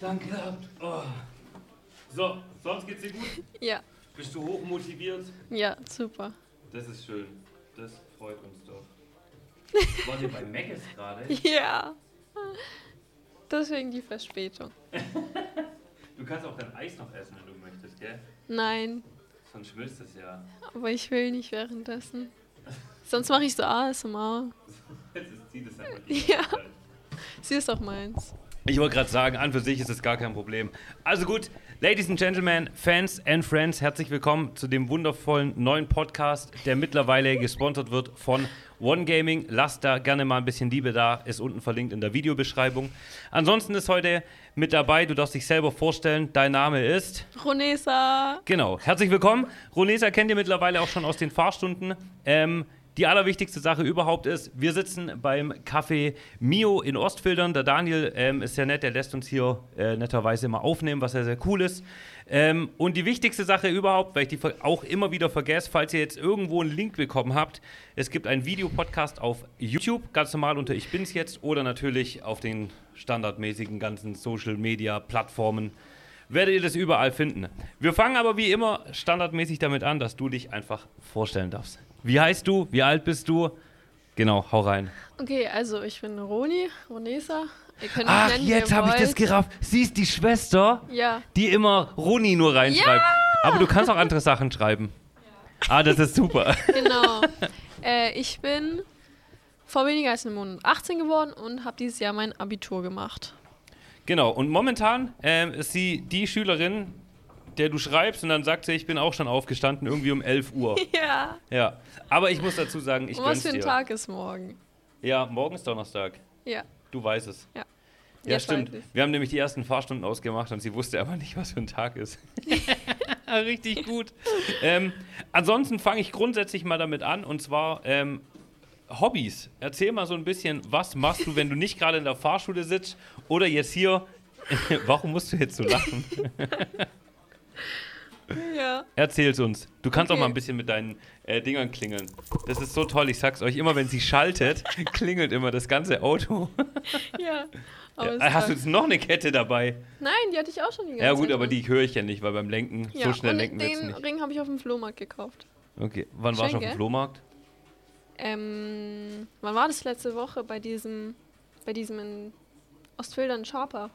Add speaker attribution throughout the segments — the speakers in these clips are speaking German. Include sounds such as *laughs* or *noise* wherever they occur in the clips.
Speaker 1: Danke habt. Oh. So, sonst geht's dir gut?
Speaker 2: Ja,
Speaker 1: Bist du hochmotiviert?
Speaker 2: ja, super. *laughs*
Speaker 1: Das ist schön. Das freut uns doch. Wart ihr bei Megas gerade?
Speaker 2: Ja. Deswegen die Verspätung.
Speaker 1: Du kannst auch dein Eis noch essen, wenn du möchtest, gell?
Speaker 2: Nein,
Speaker 1: Sonst schmilzt es ja.
Speaker 2: aber ich will nicht währenddessen. Sonst mache ich so ASMR.
Speaker 1: Jetzt ist- zieht es einfach die
Speaker 2: Ja.
Speaker 1: ganze Zeit.
Speaker 2: Sie ist auch meins.
Speaker 1: Ich wollte gerade sagen, an für sich ist das gar kein Problem. Also gut, Ladies and Gentlemen, Fans and Friends, herzlich willkommen zu dem wundervollen neuen Podcast, der mittlerweile gesponsert wird von One Gaming. Lasst da gerne mal ein bisschen Liebe da, ist unten verlinkt in der Videobeschreibung. Ansonsten ist heute mit dabei, du darfst dich selber vorstellen, dein Name ist.
Speaker 2: Ronesa.
Speaker 1: Genau, herzlich willkommen. Ronesa kennt ihr mittlerweile auch schon aus den Fahrstunden. Ähm, die allerwichtigste Sache überhaupt ist, wir sitzen beim Café Mio in Ostfildern. Der Daniel ähm, ist sehr nett, der lässt uns hier äh, netterweise immer aufnehmen, was sehr, sehr cool ist. Ähm, und die wichtigste Sache überhaupt, weil ich die ver- auch immer wieder vergesse, falls ihr jetzt irgendwo einen Link bekommen habt, es gibt einen Videopodcast auf YouTube, ganz normal unter Ich bin's jetzt oder natürlich auf den standardmäßigen ganzen Social-Media-Plattformen werdet ihr das überall finden. Wir fangen aber wie immer standardmäßig damit an, dass du dich einfach vorstellen darfst. Wie heißt du? Wie alt bist du? Genau, hau rein.
Speaker 2: Okay, also ich bin Roni, Ronesa. Ihr könnt mich
Speaker 1: Ach,
Speaker 2: nennen, wie
Speaker 1: jetzt
Speaker 2: ihr
Speaker 1: habe ich das
Speaker 2: wollt.
Speaker 1: gerafft. Sie ist die Schwester,
Speaker 2: Ja,
Speaker 1: die immer Roni nur reinschreibt. Aber du kannst auch andere Sachen schreiben. Ah, das ist
Speaker 2: *laughs*
Speaker 1: super. *laughs*
Speaker 2: genau. äh, ich bin vor weniger als einem Monat 18 geworden und habe dieses Jahr mein Abitur gemacht.
Speaker 1: genau, und momentan ähm, ist sie die Schülerin, der du schreibst und dann sagt sie, ich bin auch schon aufgestanden, irgendwie um 11
Speaker 2: *laughs*
Speaker 1: Uhr.
Speaker 2: Ja.
Speaker 1: Ja, aber ich muss dazu sagen, ich
Speaker 2: Und was
Speaker 1: gönn's
Speaker 2: für ein
Speaker 1: dir.
Speaker 2: Tag ist morgen?
Speaker 1: Ja, morgen ist Donnerstag.
Speaker 2: Ja.
Speaker 1: Du weißt es.
Speaker 2: Ja.
Speaker 1: Ja,
Speaker 2: Jetzt
Speaker 1: stimmt.
Speaker 2: weiß ich's.
Speaker 1: Wir haben nämlich die ersten Fahrstunden ausgemacht und sie wusste aber nicht, was für ein Tag ist. Ah, Richtig gut. ähm, ansonsten fange ich grundsätzlich mal damit an und zwar ähm, Hobbys. Erzähl mal so ein bisschen, was machst du, wenn du nicht gerade in der Fahrschule sitzt oder jetzt hier. *laughs* Warum musst du jetzt so lachen?
Speaker 2: Ja.
Speaker 1: Erzähl's uns. Du kannst auch
Speaker 2: Okay.
Speaker 1: mal ein bisschen mit deinen äh, Dingern klingeln. Das ist so toll, ich sag's euch. Immer wenn sie schaltet, *laughs* klingelt immer das ganze Auto.
Speaker 2: Ja. Aber
Speaker 1: Ja,
Speaker 2: es
Speaker 1: hast du
Speaker 2: war-
Speaker 1: jetzt noch eine Kette dabei?
Speaker 2: Nein, die hatte ich auch schon die ganze
Speaker 1: Ja gut,
Speaker 2: Zeit
Speaker 1: aber
Speaker 2: an.
Speaker 1: die höre ich ja nicht, weil beim Lenken so schnell
Speaker 2: und
Speaker 1: lenken wir jetzt
Speaker 2: den
Speaker 1: nicht.
Speaker 2: Ring habe ich auf dem Flohmarkt gekauft.
Speaker 1: Okay, wann warst du
Speaker 2: Schön,
Speaker 1: auf dem
Speaker 2: gell?
Speaker 1: Flohmarkt?
Speaker 2: Ähm, wann war das letzte Woche bei diesem, bei diesem in Ostfildern Sharper?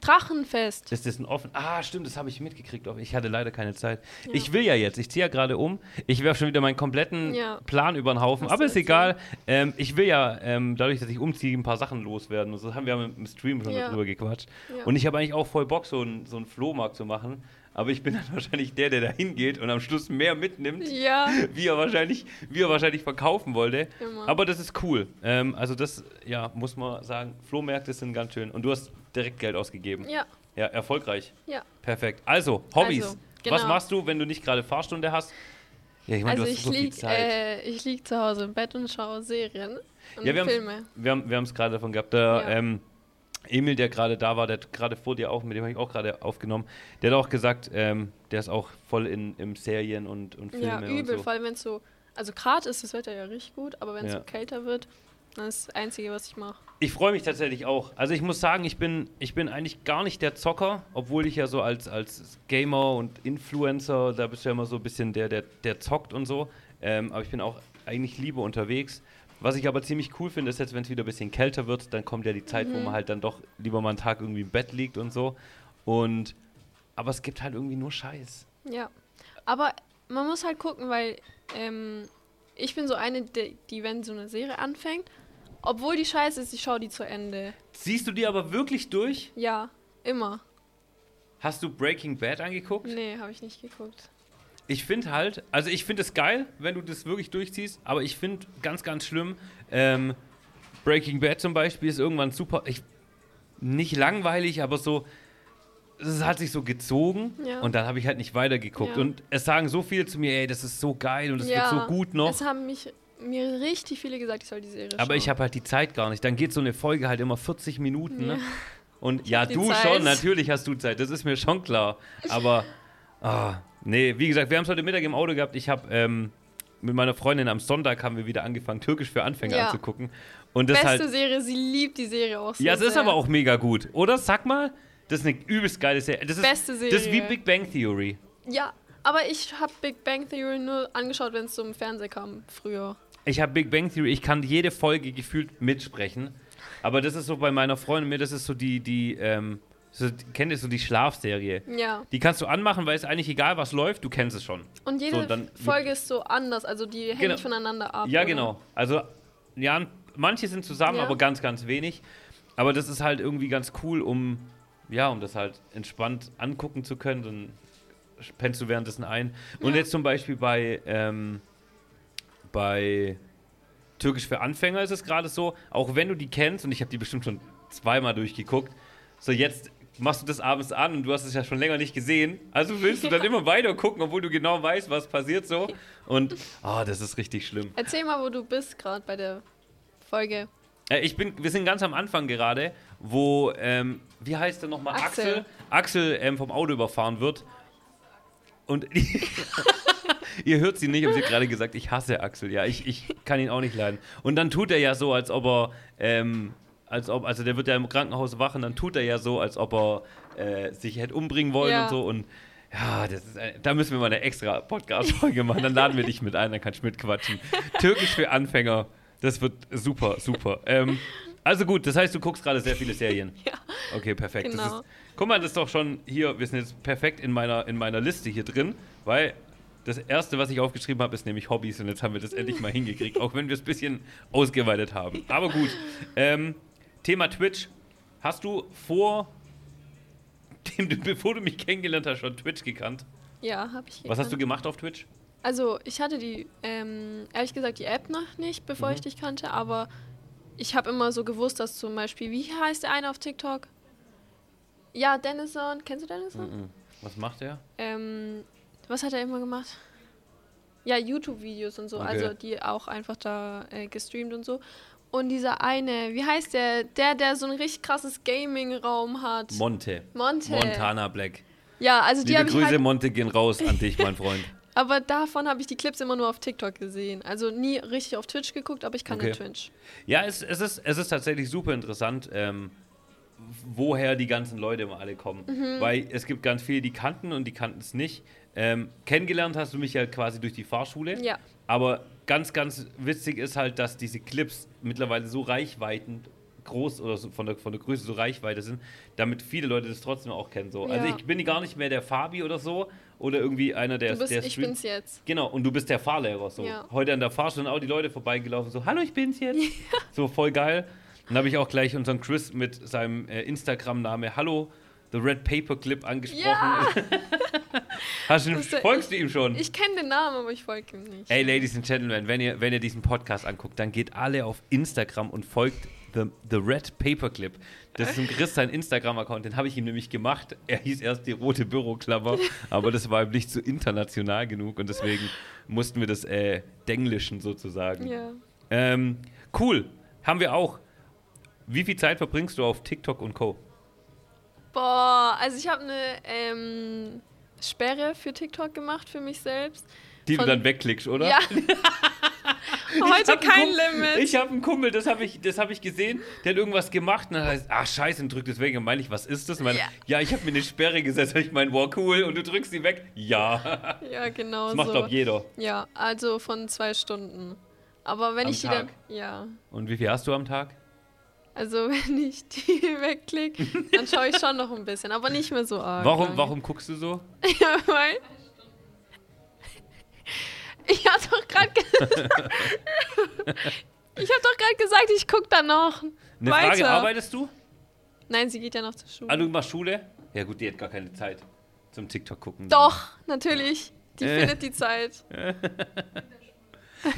Speaker 2: Drachenfest.
Speaker 1: Ist das ein offen? Ah, stimmt, das habe ich mitgekriegt, aber ich hatte leider keine Zeit. Ich will ja jetzt, ich ziehe ja gerade um. Ich werfe schon wieder meinen kompletten
Speaker 2: Ja.
Speaker 1: Plan über den Haufen,
Speaker 2: Hast du
Speaker 1: aber ist
Speaker 2: erzählt.
Speaker 1: egal. Ähm, ich will ja ähm, dadurch, dass ich umziehe, ein paar Sachen loswerden. Und das haben wir ja mit- im Stream schon
Speaker 2: Ja.
Speaker 1: drüber gequatscht.
Speaker 2: Ja.
Speaker 1: Und ich habe eigentlich auch voll Bock, so einen so einen Flohmarkt zu machen. Aber ich bin dann *laughs* wahrscheinlich der, der da hingeht und am Schluss mehr mitnimmt.
Speaker 2: *laughs* Ja,
Speaker 1: wie er wahrscheinlich, wie er wahrscheinlich verkaufen wollte.
Speaker 2: Immer.
Speaker 1: Aber das ist cool. Ähm, also das, ja, muss man sagen, Flohmärkte sind ganz schön. Und du hast direkt Geld ausgegeben.
Speaker 2: ja,
Speaker 1: Ja, erfolgreich.
Speaker 2: ja.
Speaker 1: Perfekt. Also, Hobbys.
Speaker 2: Also, genau.
Speaker 1: Was machst du, wenn du nicht gerade Fahrstunde hast? Ja, ich meine,
Speaker 2: Also
Speaker 1: du hast
Speaker 2: ich
Speaker 1: so viel
Speaker 2: lieg,
Speaker 1: Zeit.
Speaker 2: äh, ich lieg zu Hause im Bett und schaue Serien und
Speaker 1: Ja, wir
Speaker 2: Filme.
Speaker 1: haben wir haben, wir es gerade davon gehabt. Der,
Speaker 2: Ja.
Speaker 1: ähm, Emil, der gerade da war, der hat gerade vor dir auch, mit dem habe ich auch gerade aufgenommen, der hat auch gesagt, ähm, der ist auch voll in, in Serien und, und Filme
Speaker 2: Ja, übel,
Speaker 1: und so.
Speaker 2: vor allem wenn es so, also gerade ist das Wetter ja richtig gut, aber wenn es
Speaker 1: Ja.
Speaker 2: so kälter wird, dann ist das Einzige, was ich mache.
Speaker 1: Ich freue mich tatsächlich auch. Also ich muss sagen, ich bin, ich bin eigentlich gar nicht der Zocker, obwohl ich ja so als, als Gamer und Influencer, da bist du ja immer so ein bisschen der, der, der zockt und so. Ähm, aber ich bin auch eigentlich lieber unterwegs. Was ich aber ziemlich cool finde, ist jetzt, wenn es wieder ein bisschen kälter wird, dann kommt ja die Zeit, wo man halt dann doch lieber mal einen Tag irgendwie im Bett liegt und so. Und aber es gibt halt irgendwie nur Scheiß.
Speaker 2: Ja, aber man muss halt gucken, weil ähm, ich bin so eine, die, die, wenn so eine Serie anfängt, obwohl die scheiße ist, ich schaue die zu Ende.
Speaker 1: Siehst du die aber wirklich durch?
Speaker 2: Ja, immer.
Speaker 1: Hast du Breaking Bad angeguckt?
Speaker 2: Nee, habe ich nicht geguckt.
Speaker 1: Ich finde halt, also ich finde es geil, wenn du das wirklich durchziehst, aber ich finde ganz, ganz schlimm, ähm, Breaking Bad zum Beispiel ist irgendwann super, ich, nicht langweilig, aber so, es hat sich so gezogen
Speaker 2: Ja.
Speaker 1: und dann habe ich halt nicht weitergeguckt.
Speaker 2: Ja.
Speaker 1: Und es sagen so viele zu mir, ey, das ist so geil und es
Speaker 2: ja,
Speaker 1: wird so gut noch.
Speaker 2: Es haben mich, mir richtig viele gesagt, ich soll die Serie
Speaker 1: Aber
Speaker 2: schauen.
Speaker 1: ich habe halt die Zeit gar nicht. Dann geht so eine Folge halt immer 40 Minuten. Ne?
Speaker 2: Ja.
Speaker 1: Und ja,
Speaker 2: hab die
Speaker 1: du
Speaker 2: Zeit.
Speaker 1: schon, natürlich hast du Zeit, das ist mir schon klar. Aber, ah, nee, wie gesagt, wir haben es heute Mittag im Auto gehabt. Ich habe ähm, mit meiner Freundin am Sonntag haben wir wieder angefangen, Türkisch für Anfänger
Speaker 2: Ja.
Speaker 1: anzugucken. Und das
Speaker 2: Beste
Speaker 1: halt.
Speaker 2: Serie, sie liebt die Serie auch so
Speaker 1: Ja, es ist
Speaker 2: sehr.
Speaker 1: aber auch mega gut, oder? Sag mal. Das ist eine übelst geile Serie. Das ist,
Speaker 2: Beste Serie.
Speaker 1: Das ist wie Big Bang Theory.
Speaker 2: Ja, aber ich habe Big Bang Theory nur angeschaut, wenn es zum Fernseher kam früher.
Speaker 1: Ich habe Big Bang Theory, ich kann jede Folge gefühlt mitsprechen. Aber das ist so bei meiner Freundin mir, das ist so die, die, ähm, so, kennt ihr so die Schlafserie?
Speaker 2: Ja.
Speaker 1: Die kannst du anmachen, weil es eigentlich egal, was läuft, du kennst es schon.
Speaker 2: Und jede
Speaker 1: So, dann-
Speaker 2: Folge ist so anders, also die hängt
Speaker 1: Genau.
Speaker 2: voneinander ab.
Speaker 1: Ja,
Speaker 2: oder?
Speaker 1: genau. Also, ja, manche sind zusammen,
Speaker 2: Ja.
Speaker 1: aber ganz, ganz wenig. Aber das ist halt irgendwie ganz cool, um, ja, um das halt entspannt angucken zu können. Dann pennst du währenddessen ein. Und
Speaker 2: Ja.
Speaker 1: jetzt zum Beispiel bei, ähm, bei Türkisch für Anfänger ist es gerade so, auch wenn du die kennst, und ich habe die bestimmt schon zweimal durchgeguckt, so jetzt machst du das abends an und du hast es ja schon länger nicht gesehen. Also willst du
Speaker 2: *laughs*
Speaker 1: dann immer weiter gucken, obwohl du genau weißt, was passiert so. Und, ah, das ist richtig schlimm.
Speaker 2: Erzähl mal, wo du bist gerade bei der Folge.
Speaker 1: Äh, ich bin, wir sind ganz am Anfang gerade, wo, ähm, wie heißt der nochmal? Axel.
Speaker 2: Axel.
Speaker 1: Axel ähm, vom Auto überfahren wird. Und *laughs* ihr hört sie nicht, aber sie hat gerade gesagt, ich hasse Axel. Ja, ich, ich kann ihn auch nicht leiden. Und dann tut er ja so, als ob er, ähm, als ob, also der wird ja im Krankenhaus wach und dann tut er ja so, als ob er äh, sich hätte umbringen wollen
Speaker 2: Ja.
Speaker 1: und so. Und ja, das ist, ein- da müssen wir mal eine extra Podcast-Folge machen. Dann laden wir dich mit ein, dann kannst du mitquatschen. Türkisch für Anfänger. Das wird super, super. Ähm, also gut, das heißt, du guckst gerade sehr viele Serien.
Speaker 2: Ja.
Speaker 1: Okay, perfekt. Das
Speaker 2: Genau.
Speaker 1: ist, guck mal, das ist doch schon hier, wir sind jetzt perfekt in meiner, in meiner Liste hier drin, weil das erste, was ich aufgeschrieben habe, ist nämlich Hobbys und jetzt haben wir das endlich mal hingekriegt, auch wenn wir es ein bisschen ausgeweitet haben. Aber gut. Ähm, Thema Twitch. Hast du vor, dem, *laughs* du- bevor du mich kennengelernt hast, schon Twitch gekannt?
Speaker 2: Ja, habe ich.
Speaker 1: Was hast du
Speaker 2: gekannt.
Speaker 1: gemacht auf Twitch?
Speaker 2: Also, ich hatte die, ähm, ehrlich gesagt, die App noch nicht, bevor
Speaker 1: Mhm.
Speaker 2: ich dich kannte, aber ich habe immer so gewusst, dass zum Beispiel, wie heißt der eine auf TikTok? Ja, Dennison. Kennst du Dennison?
Speaker 1: Mhm. Was macht er?
Speaker 2: Ähm, was hat er immer gemacht? Ja, YouTube-Videos und so,
Speaker 1: Okay.
Speaker 2: also die auch einfach da äh, gestreamt und so. Und dieser eine, wie heißt der? Der, der so ein richtig krasses Gaming-Raum hat.
Speaker 1: Monte.
Speaker 2: Monte.
Speaker 1: Montana Black.
Speaker 2: Ja, also die
Speaker 1: Liebe
Speaker 2: habe ich
Speaker 1: Grüße,
Speaker 2: halt,
Speaker 1: Monte, gehen raus an dich, mein Freund.
Speaker 2: aber davon habe ich die Clips immer nur auf TikTok gesehen. Also nie richtig auf Twitch geguckt, aber ich kann
Speaker 1: Okay.
Speaker 2: den Twitch.
Speaker 1: Ja, es, es, ist, es ist tatsächlich super interessant, ähm, woher die ganzen Leute immer alle kommen.
Speaker 2: Mhm.
Speaker 1: Weil es gibt ganz viele, die kannten und die kannten es nicht. Ähm, kennengelernt hast du mich ja quasi durch die Fahrschule.
Speaker 2: Ja.
Speaker 1: Aber ganz, ganz witzig ist halt, dass diese Clips mittlerweile so reichweiten groß oder so von, der, von der Größe so Reichweite sind, damit viele Leute das trotzdem auch kennen. So. Also
Speaker 2: Ja.
Speaker 1: ich bin gar nicht mehr der Fabi oder so oder irgendwie einer der
Speaker 2: Du bist,
Speaker 1: der
Speaker 2: ich
Speaker 1: streamt.
Speaker 2: bin's jetzt.
Speaker 1: Genau, und du bist der Fahrlehrer. So.
Speaker 2: Ja.
Speaker 1: Heute an der Fahrstunde auch die Leute vorbeigelaufen, so, hallo, ich bin's
Speaker 2: *laughs*
Speaker 1: jetzt. So, voll geil. Dann habe ich auch gleich unseren Chris mit seinem äh, Instagram-Name Hallo, The Red Paper Clip angesprochen.
Speaker 2: Ja.
Speaker 1: *laughs* Hast du, ihn-
Speaker 2: Das ist ja
Speaker 1: folgst du ihm schon?
Speaker 2: Ich kenne den Namen, aber ich folge ihm nicht.
Speaker 1: Ey, Ladies and Gentlemen, wenn ihr, wenn ihr diesen Podcast anguckt, dann geht alle auf Instagram und folgt The, the Red Paperclip. Das ist ein Chris sein Instagram-Account, den habe ich ihm nämlich gemacht. Er hieß erst die rote
Speaker 2: *laughs*
Speaker 1: Büroklammer, aber das war ihm nicht so international genug und deswegen mussten wir das äh, denglischen sozusagen.
Speaker 2: Ja.
Speaker 1: Ähm, cool, haben wir auch. Wie viel Zeit verbringst du auf TikTok und Co?
Speaker 2: Boah, also ich habe eine ähm, Sperre für TikTok gemacht für mich selbst.
Speaker 1: Die
Speaker 2: Von-
Speaker 1: du dann wegklickst, oder?
Speaker 2: Ja.
Speaker 1: *laughs* Ich
Speaker 2: Heute
Speaker 1: hab einen
Speaker 2: kein
Speaker 1: Kumpel-
Speaker 2: Limit.
Speaker 1: Ich habe einen Kumpel, das habe ich, das hab ich gesehen, der hat irgendwas gemacht und dann heißt, ach scheiße, und drückt es weg. Und meine ich, was ist das? Und Meine, ja.
Speaker 2: Ja.
Speaker 1: ich habe mir eine Sperre gesetzt. Und Ich meine, wow, cool. Und du drückst sie weg. Ja,
Speaker 2: ja, genau
Speaker 1: das macht,
Speaker 2: so.
Speaker 1: glaube jeder.
Speaker 2: Ja, also von zwei Stunden. Aber wenn
Speaker 1: Am
Speaker 2: ich die
Speaker 1: Tag?
Speaker 2: dann. Ja.
Speaker 1: Und wie viel hast du am Tag?
Speaker 2: Also *laughs* wenn ich die wegklicke, dann schaue ich schon noch ein bisschen, aber nicht mehr so arg.
Speaker 1: Warum,
Speaker 2: lang.
Speaker 1: warum guckst du so?
Speaker 2: Ja, weil. Ich hab doch gerade
Speaker 1: *laughs*
Speaker 2: gesagt. ich hab doch gerade gesagt, ich guck da noch.
Speaker 1: Eine
Speaker 2: weiter.
Speaker 1: Frage, arbeitest du?
Speaker 2: Nein, sie geht ja noch zur Schule.
Speaker 1: Ah, du machst Schule? Ja gut, die hat gar keine Zeit zum TikTok gucken.
Speaker 2: Doch, natürlich. Die
Speaker 1: Äh.
Speaker 2: findet die Zeit.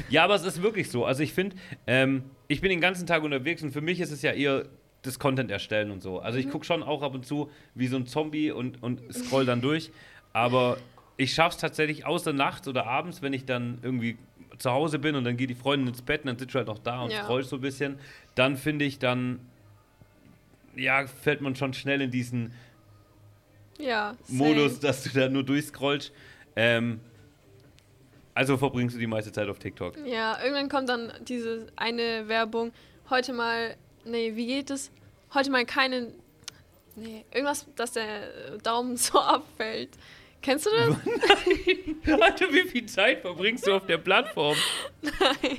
Speaker 1: Ja, aber es ist wirklich so. Also ich finde, ähm, ich bin den ganzen Tag unterwegs und für mich ist es ja eher das Content erstellen und so.
Speaker 2: Mhm.
Speaker 1: Also ich gucke schon auch ab und zu wie so ein Zombie und, und scroll dann durch. Aber ich schaff's tatsächlich außer nachts oder abends, wenn ich dann irgendwie zu Hause bin und dann geht die Freundin ins Bett und dann sitzt du halt noch da und
Speaker 2: Ja.
Speaker 1: scrollst so ein bisschen. Dann finde ich, dann ja, fällt man schon schnell in diesen
Speaker 2: Ja. same.
Speaker 1: Modus, dass du da nur durchscrollst. Ähm, also verbringst du die meiste Zeit auf TikTok.
Speaker 2: Ja, irgendwann kommt dann diese eine Werbung. Heute mal, nee, wie geht es? Heute mal keine Nee, irgendwas, dass der Daumen *laughs* so abfällt. Kennst du das?
Speaker 1: *laughs* Alter, wie viel Zeit verbringst du auf der Plattform?
Speaker 2: Nein.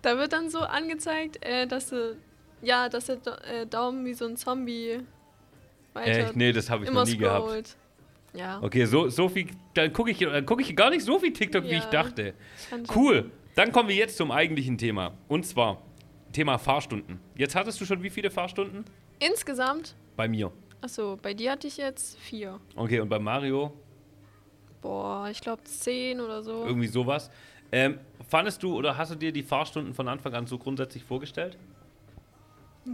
Speaker 2: Da wird dann so angezeigt, äh, dass, du, ja, dass der Da- äh, Daumen wie so ein Zombie weiter
Speaker 1: Echt? Nee, das habe ich
Speaker 2: immer
Speaker 1: noch nie gehabt.
Speaker 2: scrollt. Ja,
Speaker 1: Okay, so, so viel, dann gucke ich, dann guck ich gar nicht so viel TikTok, wie ich
Speaker 2: Ja.
Speaker 1: dachte.
Speaker 2: kann schon.
Speaker 1: Cool, dann kommen wir jetzt zum eigentlichen Thema. Und zwar Thema Fahrstunden. Jetzt hattest du schon wie viele Fahrstunden?
Speaker 2: Insgesamt,
Speaker 1: Bei mir.
Speaker 2: achso, bei dir hatte ich jetzt vier.
Speaker 1: Okay, und bei Mario
Speaker 2: Boah, ich glaube zehn oder so.
Speaker 1: irgendwie sowas. Ähm, fandest du oder hast du dir die Fahrstunden von Anfang an so grundsätzlich vorgestellt,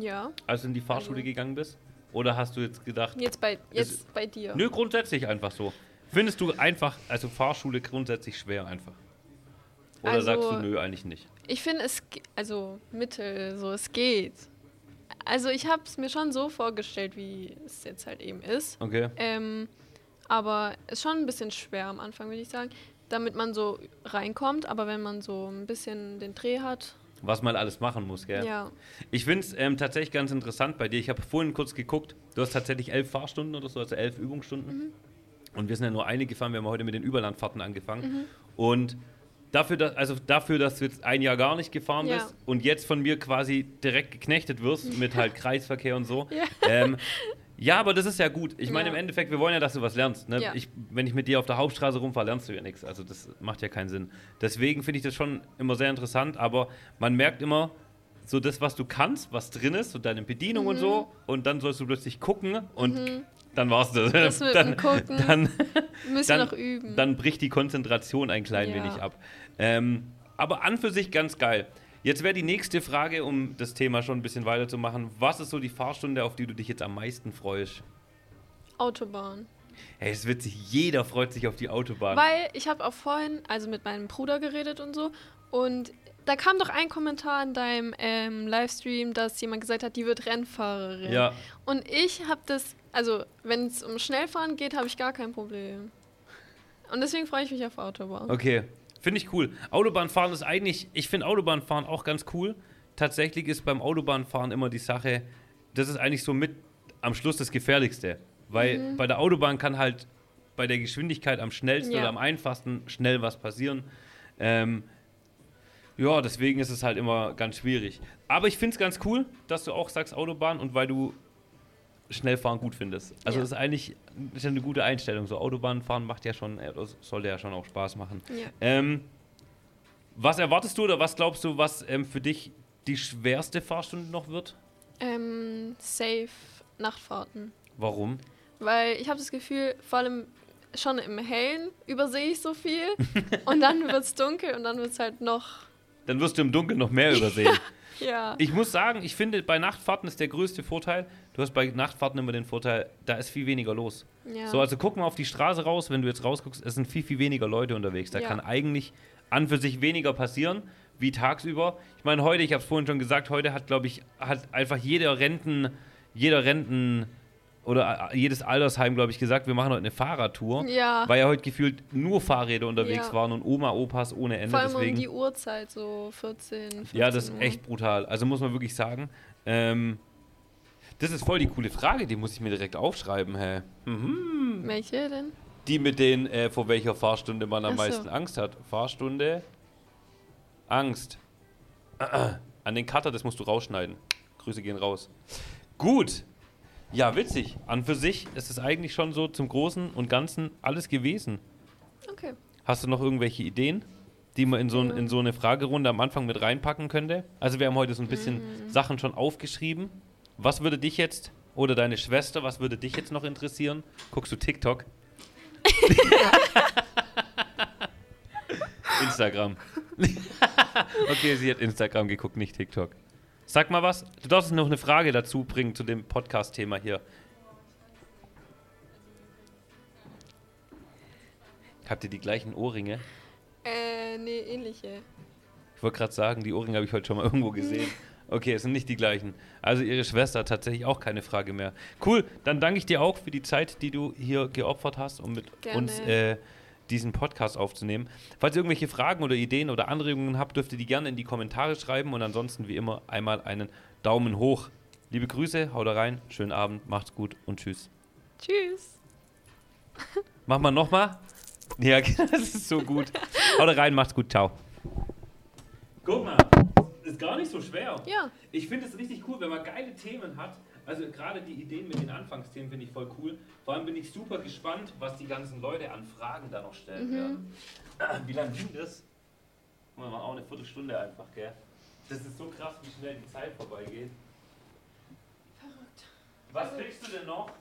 Speaker 2: ja,
Speaker 1: als du in die Fahrschule
Speaker 2: Also-
Speaker 1: gegangen bist? Oder hast du jetzt gedacht,
Speaker 2: jetzt bei, jetzt bei dir.
Speaker 1: nö, grundsätzlich einfach so? Findest du einfach, also Fahrschule grundsätzlich schwer einfach? Oder
Speaker 2: Also-
Speaker 1: sagst du, nö, eigentlich nicht?
Speaker 2: Ich finde es, ge- also mittel, so es geht. Also ich habe es mir schon so vorgestellt, wie es jetzt halt eben ist.
Speaker 1: Okay.
Speaker 2: Ähm, aber ist schon ein bisschen schwer am Anfang, würde ich sagen, damit man so reinkommt. Aber wenn man so ein bisschen den Dreh hat,
Speaker 1: Was man alles machen muss, gell?
Speaker 2: ja,
Speaker 1: Ich finde es ähm, tatsächlich ganz interessant bei dir. Ich habe vorhin kurz geguckt, du hast tatsächlich elf Fahrstunden oder so, also elf Übungsstunden.
Speaker 2: Mhm.
Speaker 1: Und wir sind ja nur eine gefahren, wir haben heute mit den Überlandfahrten
Speaker 2: Mhm.
Speaker 1: angefangen. Und dafür, dass, also dafür, dass du jetzt ein Jahr gar nicht gefahren
Speaker 2: Ja.
Speaker 1: bist und jetzt von mir quasi direkt geknechtet
Speaker 2: *laughs*
Speaker 1: wirst mit halt Kreisverkehr und so.
Speaker 2: Ja.
Speaker 1: Ähm, ja, aber das ist ja gut. Ich meine,
Speaker 2: Ja.
Speaker 1: im Endeffekt, wir wollen ja, dass du was lernst. Ne?
Speaker 2: Ja.
Speaker 1: Ich, wenn ich mit dir auf der Hauptstraße rumfahre, lernst du ja nichts. Also das macht ja keinen Sinn. Deswegen finde ich das schon immer sehr interessant, aber man merkt immer, so das, was du kannst, was drin ist, so deine Bedienung und
Speaker 2: Mhm.
Speaker 1: so, und dann sollst du plötzlich gucken und dann war's das.
Speaker 2: Das mit
Speaker 1: dann,
Speaker 2: dem Gucken.
Speaker 1: Dann,
Speaker 2: müssen wir
Speaker 1: dann,
Speaker 2: noch üben.
Speaker 1: dann bricht die Konzentration ein klein
Speaker 2: Ja.
Speaker 1: wenig ab. Ähm, aber an für sich ganz geil. Jetzt wäre die nächste Frage, um das Thema schon ein bisschen weiterzumachen. Was ist so die Fahrstunde, auf die du dich jetzt am meisten freust?
Speaker 2: Autobahn.
Speaker 1: Ey, ist witzig, jeder freut sich auf die Autobahn.
Speaker 2: Weil ich habe auch vorhin, also mit meinem Bruder geredet und so, und da kam doch ein Kommentar in deinem ähm, Livestream, dass jemand gesagt hat, die wird Rennfahrerin.
Speaker 1: ja,
Speaker 2: Und ich habe das, also wenn es um Schnellfahren geht, habe ich gar kein Problem. Und deswegen freue ich mich auf Autobahn.
Speaker 1: okay. Finde ich cool. Autobahnfahren ist eigentlich, ich finde Autobahnfahren auch ganz cool. Tatsächlich ist beim Autobahnfahren immer die Sache, das ist eigentlich so mit am Schluss das Gefährlichste. Weil bei der Autobahn kann halt bei der Geschwindigkeit am schnellsten
Speaker 2: Ja.
Speaker 1: oder am einfachsten schnell was passieren. Ähm, ja, deswegen ist es halt immer ganz schwierig. Aber ich finde es ganz cool, dass du auch sagst Autobahn und weil du Schnellfahren gut findest. Also
Speaker 2: Ja.
Speaker 1: das ist eigentlich ist ja eine gute Einstellung. So Autobahnfahren macht ja schon, äh, das sollte ja schon auch Spaß machen.
Speaker 2: Ja.
Speaker 1: Ähm, was erwartest du oder was glaubst du, was ähm, für dich die schwerste Fahrstunde noch wird?
Speaker 2: Ähm, safe Nachtfahrten.
Speaker 1: Warum?
Speaker 2: Weil ich habe das Gefühl, vor allem schon im Hellen übersehe ich so
Speaker 1: *laughs*
Speaker 2: viel und dann wird es dunkel und dann wird es halt noch,
Speaker 1: Dann wirst du im Dunkeln noch mehr
Speaker 2: *laughs*
Speaker 1: übersehen.
Speaker 2: ja.
Speaker 1: Ich muss sagen, ich finde, bei Nachtfahrten ist der größte Vorteil, du hast bei Nachtfahrten immer den Vorteil, da ist viel weniger los.
Speaker 2: ja.
Speaker 1: So, also guck mal auf die Straße raus, wenn du jetzt rausguckst, es sind viel, viel weniger Leute unterwegs. Da
Speaker 2: Ja.
Speaker 1: kann eigentlich an für sich weniger passieren, wie tagsüber. Ich meine, heute, ich habe es vorhin schon gesagt, heute hat, glaube ich, hat einfach jeder Renten, jeder Renten oder äh, jedes Altersheim, glaube ich, gesagt, wir machen heute eine Fahrradtour.
Speaker 2: Ja.
Speaker 1: Weil ja heute gefühlt nur Fahrräder unterwegs
Speaker 2: Ja.
Speaker 1: waren und Oma, Opas ohne Ende.
Speaker 2: vor allem
Speaker 1: deswegen.
Speaker 2: um die Uhrzeit, so 14, 15
Speaker 1: Ja, das ist
Speaker 2: Uhr.
Speaker 1: echt brutal. Also muss man wirklich sagen. Ähm, das ist voll die coole Frage, die muss ich mir direkt aufschreiben, hä?
Speaker 2: Welche denn?
Speaker 1: Die mit den, äh, vor welcher Fahrstunde man am
Speaker 2: Ach so.
Speaker 1: meisten Angst hat. Fahrstunde, Angst. *clears throat* An den Cutter, das musst du rausschneiden. Grüße gehen raus. Gut. Ja, witzig. An für sich ist es eigentlich schon so zum Großen und Ganzen alles gewesen.
Speaker 2: Okay.
Speaker 1: Hast du noch irgendwelche Ideen, die man in so, ein, in so eine Fragerunde am Anfang mit reinpacken könnte? Also wir haben heute so ein bisschen Sachen schon aufgeschrieben. Was würde dich jetzt oder deine Schwester, was würde dich jetzt noch interessieren? Guckst du TikTok? Instagram. *laughs* okay, sie hat Instagram geguckt, nicht TikTok. Sag mal was, du darfst noch eine Frage dazu bringen zu dem Podcast-Thema hier. Habt ihr die gleichen Ohrringe?
Speaker 2: Äh, nee, ähnliche.
Speaker 1: Ich wollte gerade sagen, die Ohrringe habe ich heute schon mal *laughs* irgendwo gesehen. Okay, es sind nicht die gleichen. Also ihre Schwester hat tatsächlich auch keine Frage mehr. Cool, dann danke ich dir auch für die Zeit, die du hier geopfert hast, um mit
Speaker 2: Gerne.
Speaker 1: uns äh, diesen Podcast aufzunehmen. Falls ihr irgendwelche Fragen oder Ideen oder Anregungen habt, dürft ihr die gerne in die Kommentare schreiben und ansonsten wie immer einmal einen Daumen hoch. Liebe Grüße, haut rein, schönen Abend, macht's gut und tschüss.
Speaker 2: Tschüss.
Speaker 1: Machen wir nochmal? Ja, *laughs* das ist so gut. Haut rein, macht's gut, ciao. Guck mal, ist gar nicht so schwer.
Speaker 2: Ja.
Speaker 1: Ich finde es richtig cool, wenn man geile Themen hat. Also gerade die Ideen mit den Anfangsthemen finde ich voll cool. Vor allem bin ich super gespannt, was die ganzen Leute an Fragen da noch stellen werden. *clears throat* Wie lange ging das? Guck mal, wir machen auch eine Viertelstunde einfach, gell? Das ist so krass, wie schnell die Zeit vorbeigeht. Was kriegst du denn noch?